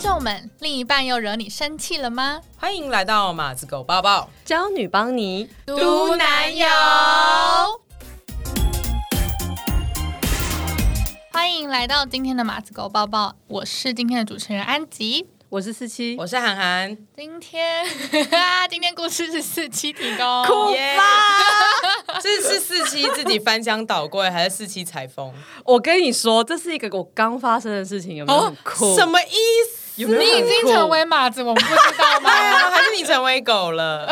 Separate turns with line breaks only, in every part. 众们，另一半又惹你生气了吗？
欢迎来到马子狗抱抱，
娇女帮你，
嘟男友
欢迎来到今天的马子狗抱抱，我是今天的主持人安吉。
我是四七，
我是涵涵，
今天， 今天故事是四期提供，
酷
耶
吧！
这是四期自己翻箱倒柜，还是四期采风？
我跟你说，这是一个我刚发生的事情，有没
哦
有很酷？
什么意思？
有没有
你已经成为马子，我们不知道 吗？
对啊，还是你成为狗了？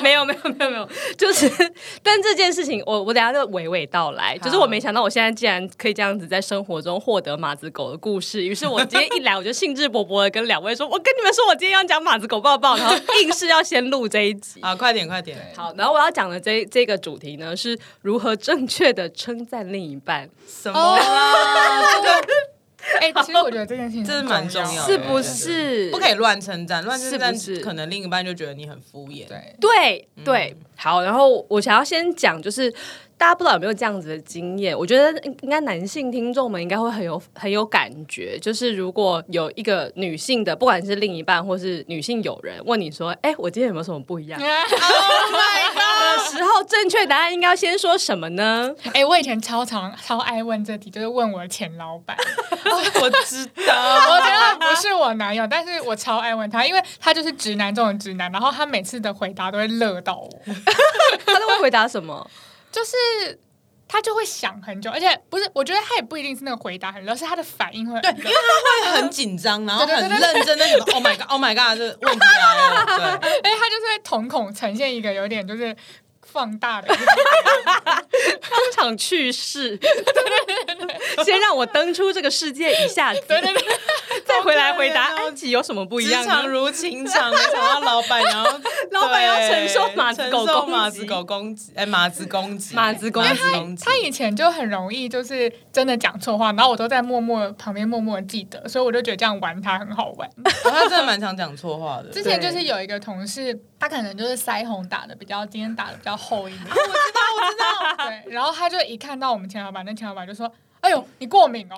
没有没有没有没有，就是， 但这件事情我我等一下就娓娓道来。就是我没想到我现在竟然可以这样子在生活中获得马子狗的故事，于是我今天一来我就兴致勃勃的跟两位说，我跟你们说我今天要讲马子狗抱抱，然后硬是要先录这一集。
啊，快点，快点！
好，然后我要讲的这这个主题呢，是如何正确的称赞另一半，
什
哦
么啦？这个
哎、其实我觉得这件事情
这是蛮重要的
是不是？
不可以乱称赞，乱称赞
是不是
可能另一半就觉得你很敷衍。
对，
对对，好，然后我想要先讲，就是大家不知道有没有这样子的经验？我觉得应应该男性听众们应该会很有很有感觉，就是如果有一个女性的，不管是另一半或是女性友人问你说：“哎、我今天有没有什么不一样？” 的时候，正确答案应该要先说什么呢？
哎、我以前超常超爱问这题，就是问我的前老板，
我知道，
我觉得不是我男友，但是我超爱问他，因为他就是直男中的直男，然后他每次的回答都会乐到我，
他都会回答什 么？
就是他就会想很久，而且不是，我觉得他也不一定是那个回答很乐，是他的反应会对，因为
他会很紧张，然后很认真的什么，Oh my God，Oh my God，这问题来了。对，
哎，他就是会瞳孔呈现一个有点就是放大的，
当场去 世，先让我登出这个世界一下子，再回来回答
好可怜哦
安吉有什么不一
职
样呢？
场如情场，没想到老板，然后
老板要承受
对
马子狗
承受
攻击
马子狗攻击，哎，马子攻击，
马子攻击
马子攻击
他以前就很容易就是真的讲错话，然后我都在默默旁边默默地记得，所以我就觉得这样玩他很好玩。
哦他真的蛮常讲错话的。
之前就是有一个同事，他可能就是腮红打的比较，今天打的比较厚一点。我知道，我知道。对，然后他就一看到我们钱老板，那钱老板就说：“哎呦，你过敏哦。”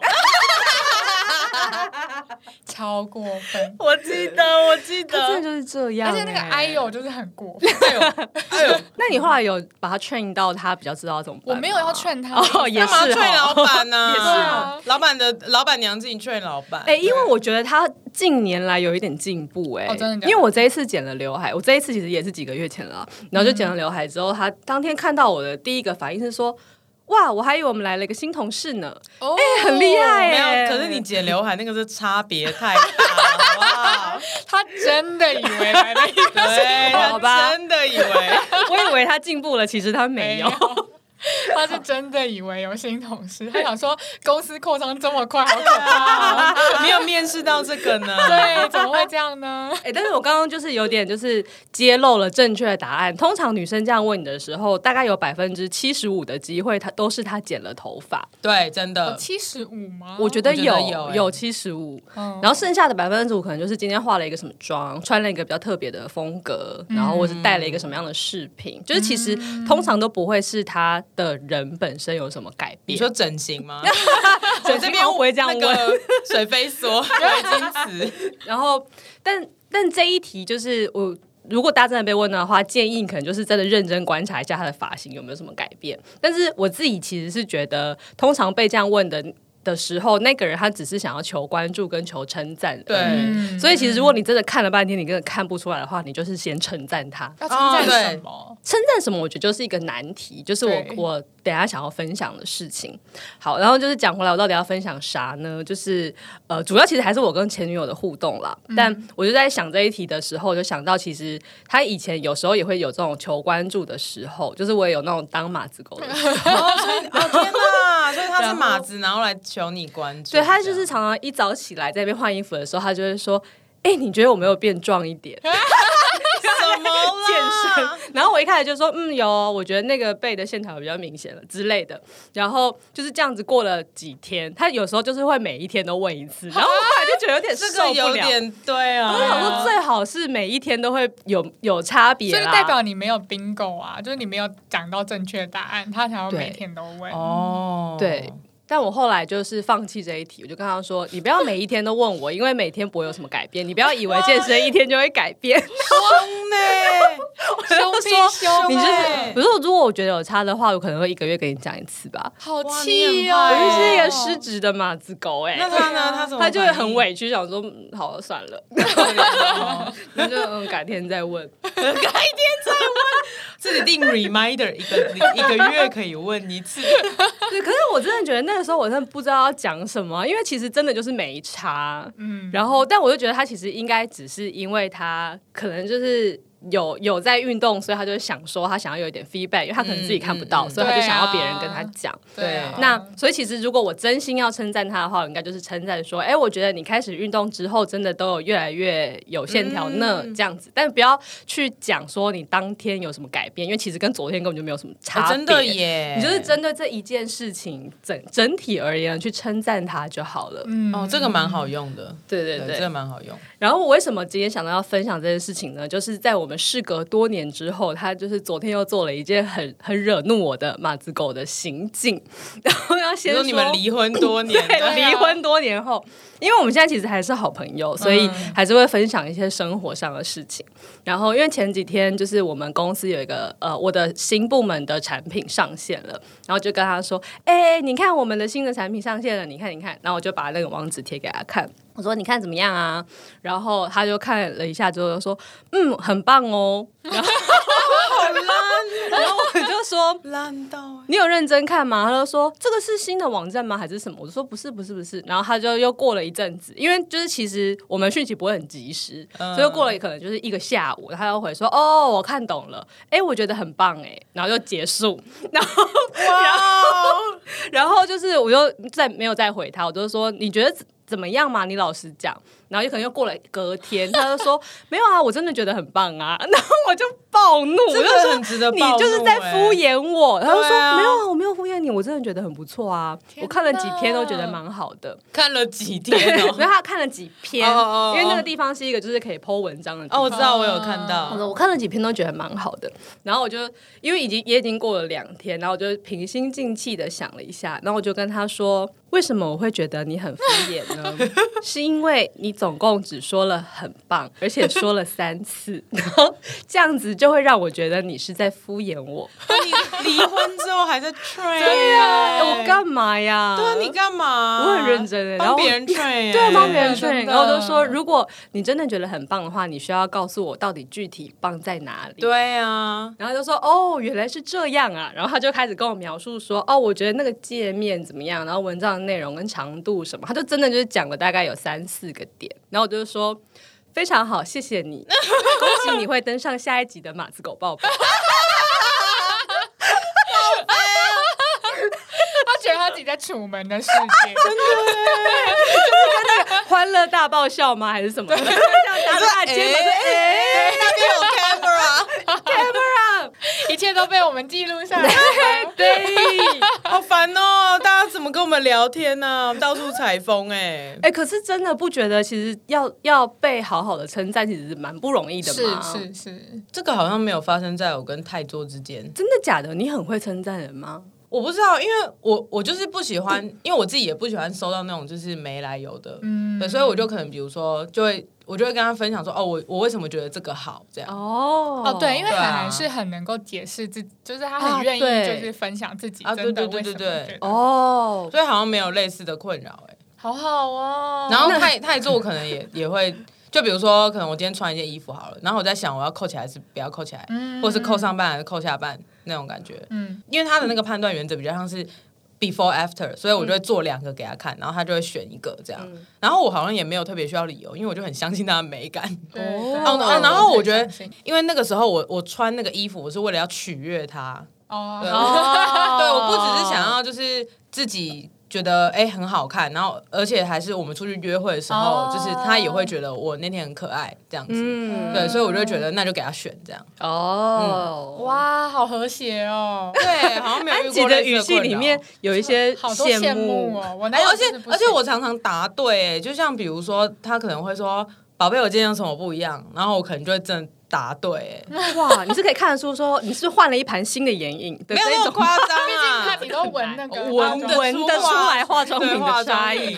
超过分，
我记得，我记
他真的就是这样、
而且那个
欸
哎呦就是很过分。
哎呦，哎呦，
那你后来有把他劝到他比较知道怎么办
我
吗？
没有要劝他
哦， 也
干嘛
是
劝老
哦。
板呢？ 啊
也是
哦
老板的老板娘自己劝老板。
哎、因为我觉得他近年来有一点进步、哎、
哦真的假的
因为我这一次剪了刘海，我这一次其实也是几个月前了，然后
嗯
就剪了刘海之后，他当天看到我的第一个反应是说：“哇，我还以为我们来了一个新同 事呢。
哦
哎很厉害
没
哎
有，可是你剪刘海那个是差别太大，好不 好？
他真的以为来了一哦个
对，
好吧
他真的以 为。
我以为他进步了，其实他没有。
他是真的以为有新同事，他想说公司扩张这么快，好可怕、哦！
没有面试到这个呢。
对，怎么会这样呢？
哎、但是我刚刚就是有点就是揭露了正确的答案。通常女生这样问你的时候，大概有百分之七十五的机会，她都是她剪了头发。
对，真的，
哦七十五吗？
我觉得
呃我觉
有
得有欸
有七十五，
哎嗯
然后剩下的百分之五可能就是今天化了一个什么妆，穿了一个比较特别的风格，然后或是戴了一个什么样的饰品，就是其实通常都不会是他的人本身有什么改
你
变。
说整形吗？
我这边不会这样
那
问，
个 水飞 梭、维金词，
然后但但这一题就是我。如果大家真的被问的话，建议你可能就是真的认真观察一下他的发型有没有什么改变。但是我自己其实是觉得，通常被这样问的的时候，那个人他只是想要求关注跟求称赞。
对
嗯
所以其实如果你真的看了半天，你根本看不出来的话，你就是先称赞他。
要称赞
哦对
什么？
称赞什么，我觉得就是一个难题，就是我
对
我等一下想要分享的事情。好，然后就是讲回来，我到底要分享啥呢？就是呃，主要其实还是我跟前女友的互动啦。但我就在想这一题的时候，我就想到其实她以前有时候也会有这种求关注的时候，就是我也有那种当马子狗的时候，
哦天哪！所以他是马子，然后来求你关注。
对她就
这
是
样
常常一早起来在那边换衣服的时候，她就会说：“哎、你觉得我没有变壮一点？”
什么啦
健
啊
身。然后我一开始就说，嗯，有哦，我觉得那个背的线条比较明显了之类的。然后就是这样子过了几天，他有时候就是会每一天都问一次，然后我后来就觉得有点
这
受
个
不
有
了。
点对
我想说，
啊。
最好是每一天都会有有差别
所以
啦，
代
哦
表你没有 bingo 啊，就是你没有讲到正确答案，他才要
对
每天都问。
哦
对。但我后来就是放弃这一题，我就跟他说：“你不要每一天都问我，因为每天不会有什么改变。你不要以为健身一天就会改 变。
凶 呢，
兄弟兄
欸
你就
哎
是，比如说，如果我觉得有差的话，我可能会一个月跟你讲一次吧。
好
哇
气
你
哦！
我
很坏
就是一个失职的马子狗哎、
那他呢？他怎么？
他就会很。委屈，想说：“嗯、好了，算 了，那就嗯，改天再问。
自己定 reminder 一个一个月可以问一 次，
对，可是我真的觉得那个时候我真的不知道要讲什么，因为其实真的就是没差。
嗯，
然后，但我就觉得他其实应该只是因为他可能就是有有在运动，所以他就想说他想要有一点 feedback，因为他可能自己看不到，
嗯嗯嗯
所以他就想
啊
要别人跟他讲。
对
哦
啊，
那所以其实如果我真心要称赞他的话，我应该就是称赞说，哎、我觉得你开始运动之后，真的都有越来越有线条呢，
嗯
这样子。但不要去讲说你当天有什么改变，因为其实跟昨天根本就没有什么差别、
哦真的耶！
你就是针对这一件事情整整体而言去称赞他就好了。
嗯
哦，这个蛮好用的，
对对对
这个蛮好用。
然后我为什么今天想到要分享这件事情呢？就是在我们事隔多年之后，他就是昨天又做了一件很很惹怒我的马子狗的行径， 然后要
比
先
如你们离婚多年
对
了，
啊
离婚多年后，因为我们现在其实还是好朋友，所以还是会分享一些生活上的事情。然后，因为前几天就是我们公司有一个呃，我的新部门的产品上线了，然后就跟他说：“哎、你看我们的新的产品上线了，你看，你看。”然后我就把那个网址贴给他看，我说：“你看怎么样啊？”然后他就看了一下之后就说：“嗯，很棒哦。”然后 然后我就说。
烂到欸
你有认真看吗？他就说这个是新的网站吗？还是什么？我就说不是，不是，不是。然后他就又过了一阵子，因为就是其实我们讯息不会很及时，
嗯
所以又过了可能就是一个下午，他又回说哦，我看懂了，哎，我觉得很棒哎，然后就结束。
哇！
然后就是我又再没有再回他，我就说你觉得怎怎么样嘛？你老实讲。然后就可能又过了隔天，他就说没有啊，我真的觉得很棒啊。然后我就暴怒，我
这
就
个
说
很值得
你
暴怒欸
就是在敷衍我。他就说
对啊
没有啊，我没有敷衍你，我真的觉得很不错啊。
天
我看了几
哪
篇都觉得蛮好的，
看了几 天
因为
哦，
他看了几篇，
哦哦哦
因为那个地方是一个就是可以 Po 文章的地
哦，
方。
我知道，我有看
我
到，
说我看了几篇都觉得蛮好的，然后我就因为已经也已经过了两天，然后我就平心静气的想了一下，然后我就跟他说，为什么我会觉得你很敷衍 呢？是因为你总共只说了很棒，而且说了三次，然后这样子就会让我觉得你是在敷衍我。
你离婚之后还 在 train，对啊
哎我干嘛呀？
对啊，你干嘛？
我很认真欸然后
帮别人 train，欸
对啊，帮别人确认，
真的
然后我就说，如果你真的觉得很棒的话，你需要告诉我到底具体棒在哪里。
对啊，
然后就说哦，原来是这样啊，然后他就开始跟我描述说哦，我觉得那个界面怎么样，然后文章的内容跟长度什么，他就真的就是讲了大概有三四个点，然后我就说非常好，谢谢你，恭喜你会登上下一集的马子狗抱抱。
他觉得他自己在楚门的世 界，
欢乐大爆笑吗？还是什么？这样打打肩膀说哎。
那边有 camera，
一切都被我们记录下来了。
对，
好烦哦！大家怎么跟我们聊天呢？我们到处采风哎，
哎、可是真的不觉得，其实要要被好好的称赞，其实是蛮不容易 的
是
嘛。
是是，
这个好像没有发生在我跟泰座之间。
真的假的？你很会称赞人吗？
我不知道，因为我我就是不喜欢，因为我自己也不喜欢收到那种就是没来由的，
嗯
对，所以我就可能比如说就会我就会跟他分享说，哦，我我为什么觉得这个好这样，
哦
哦，对，因为
对
涵
啊
涵是很能够解释自己，就是他很
啊
愿意
对
就是分享自己
啊
真的
对
为什
对对
么
对对
觉得
哦，
所以好像没有类似的困扰哎、
好好哦。
然后泰泰座可能也也会，就比如说可能我今天穿一件衣服好了，然后我在想我要扣起来还是不要扣起来，
嗯
或是扣上半还是扣下半那种感觉，
嗯，
因为他的那个判断原则比较像是 before after，所以我就会做两个给他看，然后他就会选一个这样。
嗯
然后我好像也没有特别需要理由，因为我就很相信他的美感。
对
哦
对
哦
对
哦然后我觉得
相信
因为那个时候我我穿那个衣服，我是为了要取悦他，对
哦，
哦
对我不只是想要就是自己。觉得哎、很好看，然后而且还是我们出去约会的时候
哦
就是他也会觉得我那天很可爱这样子，
嗯
对，所以我就觉得那就给他选这样。
哦，
哇，好和谐哦。
对，好像没有
安
遇
吉
过
的
类似
语气
困
里
扰
面有一些
好多羡慕哦，我男
哎、
友
而且
真的不
而且
行
我常常答对、就像比如说他可能会说：“宝贝，我今天有什么不一样？”然后我可能就会真的答对、哎
哇，你是可以看得出说你是换了一盘新的眼影的
没有
那
那么
种
夸张
毕竟
啊
看。你都闻那个啊
闻
包
得
装
闻得出来化妆品
对化
的
妆
差
品
异。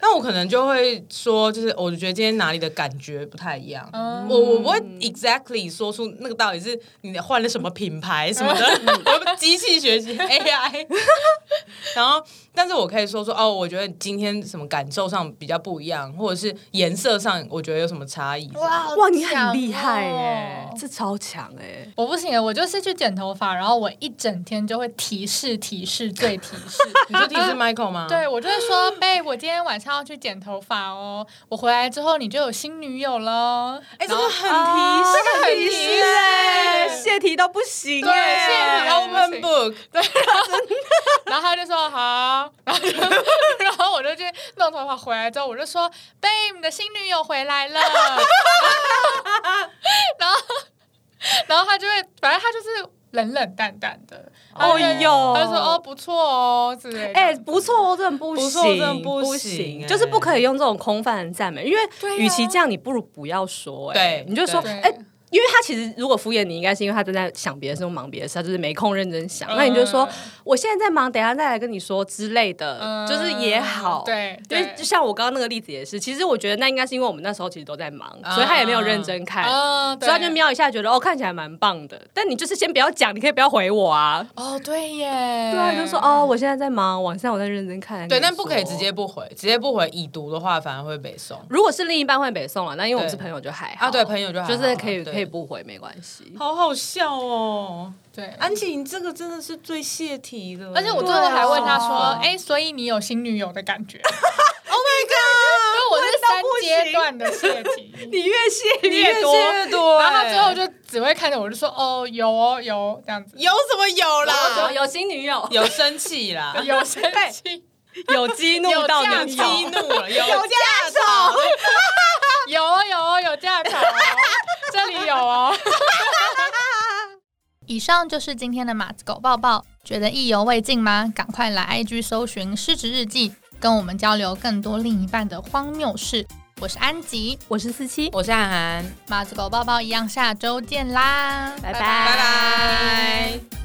那我可能就会说，就是我觉得今天哪里的感觉不太一样。
嗯
我我不会 exactly 说出那个到底是你换了什么品牌什么的， 我机器学习 AI。然后，但是我可以说说哦，我觉得今天什么感受上比较不一样，或者是颜色上我觉得有什么差异。
哇
哇，你很厉害哎、
好强哦
这超强哎、
我不行，我就是去剪头发，然后我一整天就会提示、提示、再提示。
你说你 是 Michael 吗？
对，我就会说，贝，我今天晚上要去剪头发哦，我回来之后你就有新女友喽。
哎，这
然
个
后
很提示，
啊这个很提示哎、
哎
泄题都不行
对
哎、
谢谢你
open book。
然后他就说好，然后就然后我就去弄头发，回来之后我就说贝，你的新女友回来了。 然后，然后他就会，反正他就是冷冷淡淡的。
哦哟，
他就说哦，不错哦之类的。
哎、不错哦，真的不行，
不错真的不
不
行哎
就是不可以用这种空泛的赞美，因为
对啊
与其这样，你不如不要说、哎，
对
你就说，
对
哎、因为他其实如果敷衍你，应该是因为他正在想别的事，或忙别的事，他就是没空认真想。那你就说
嗯，
我现在在忙，等一下再来跟你说之类的，
嗯
就是也好。
对
因为就像我刚刚那个例子也是，其实我觉得那应该是因为我们那时候其实都在忙，
啊
所以他也没有认真看，
哦
嗯，
所以他就瞄一下，觉得哦看起来蛮棒的。但你就是先不要讲，你可以不要回我啊。
哦，对耶，
对啊，就说哦，我现在在忙，晚上我在认真看。
对，
跟你
但不可以直接
说。
不回，直接不回已读的话，反而会被送
如果是另一半会北送了，那因为我们
对
是朋友就还好
啊。对，朋友就还好
就是可以
对
可以不回没关系。
好好笑哦，
对。
安琪，你这个真的是最泄题的，
而且我最后还问他
对
说
啊：“
哎、所以你有新女友的感觉？”
Oh my
因为我是三
不行
阶段的泄题。
你越谢
God，越谢越多，
然后他
哎
最后就只会看着我，就说：“哦，有哦，有这样子，
有什么有啦，
有新女友，
有生气啦，
有生气，
有激怒
有
到
架
你
激怒了，有
有
架吵，
有哦，有哦，有架吵哦，这里有 哦。”
以上就是今天的马子狗抱抱，觉得意犹未尽吗？赶快来 IG 搜寻《失职日记》，跟我们交流更多另一半的荒谬事。我是安吉，
我是思琪，
我是涵涵，
马子狗抱抱一样，下周见啦，
拜
拜拜。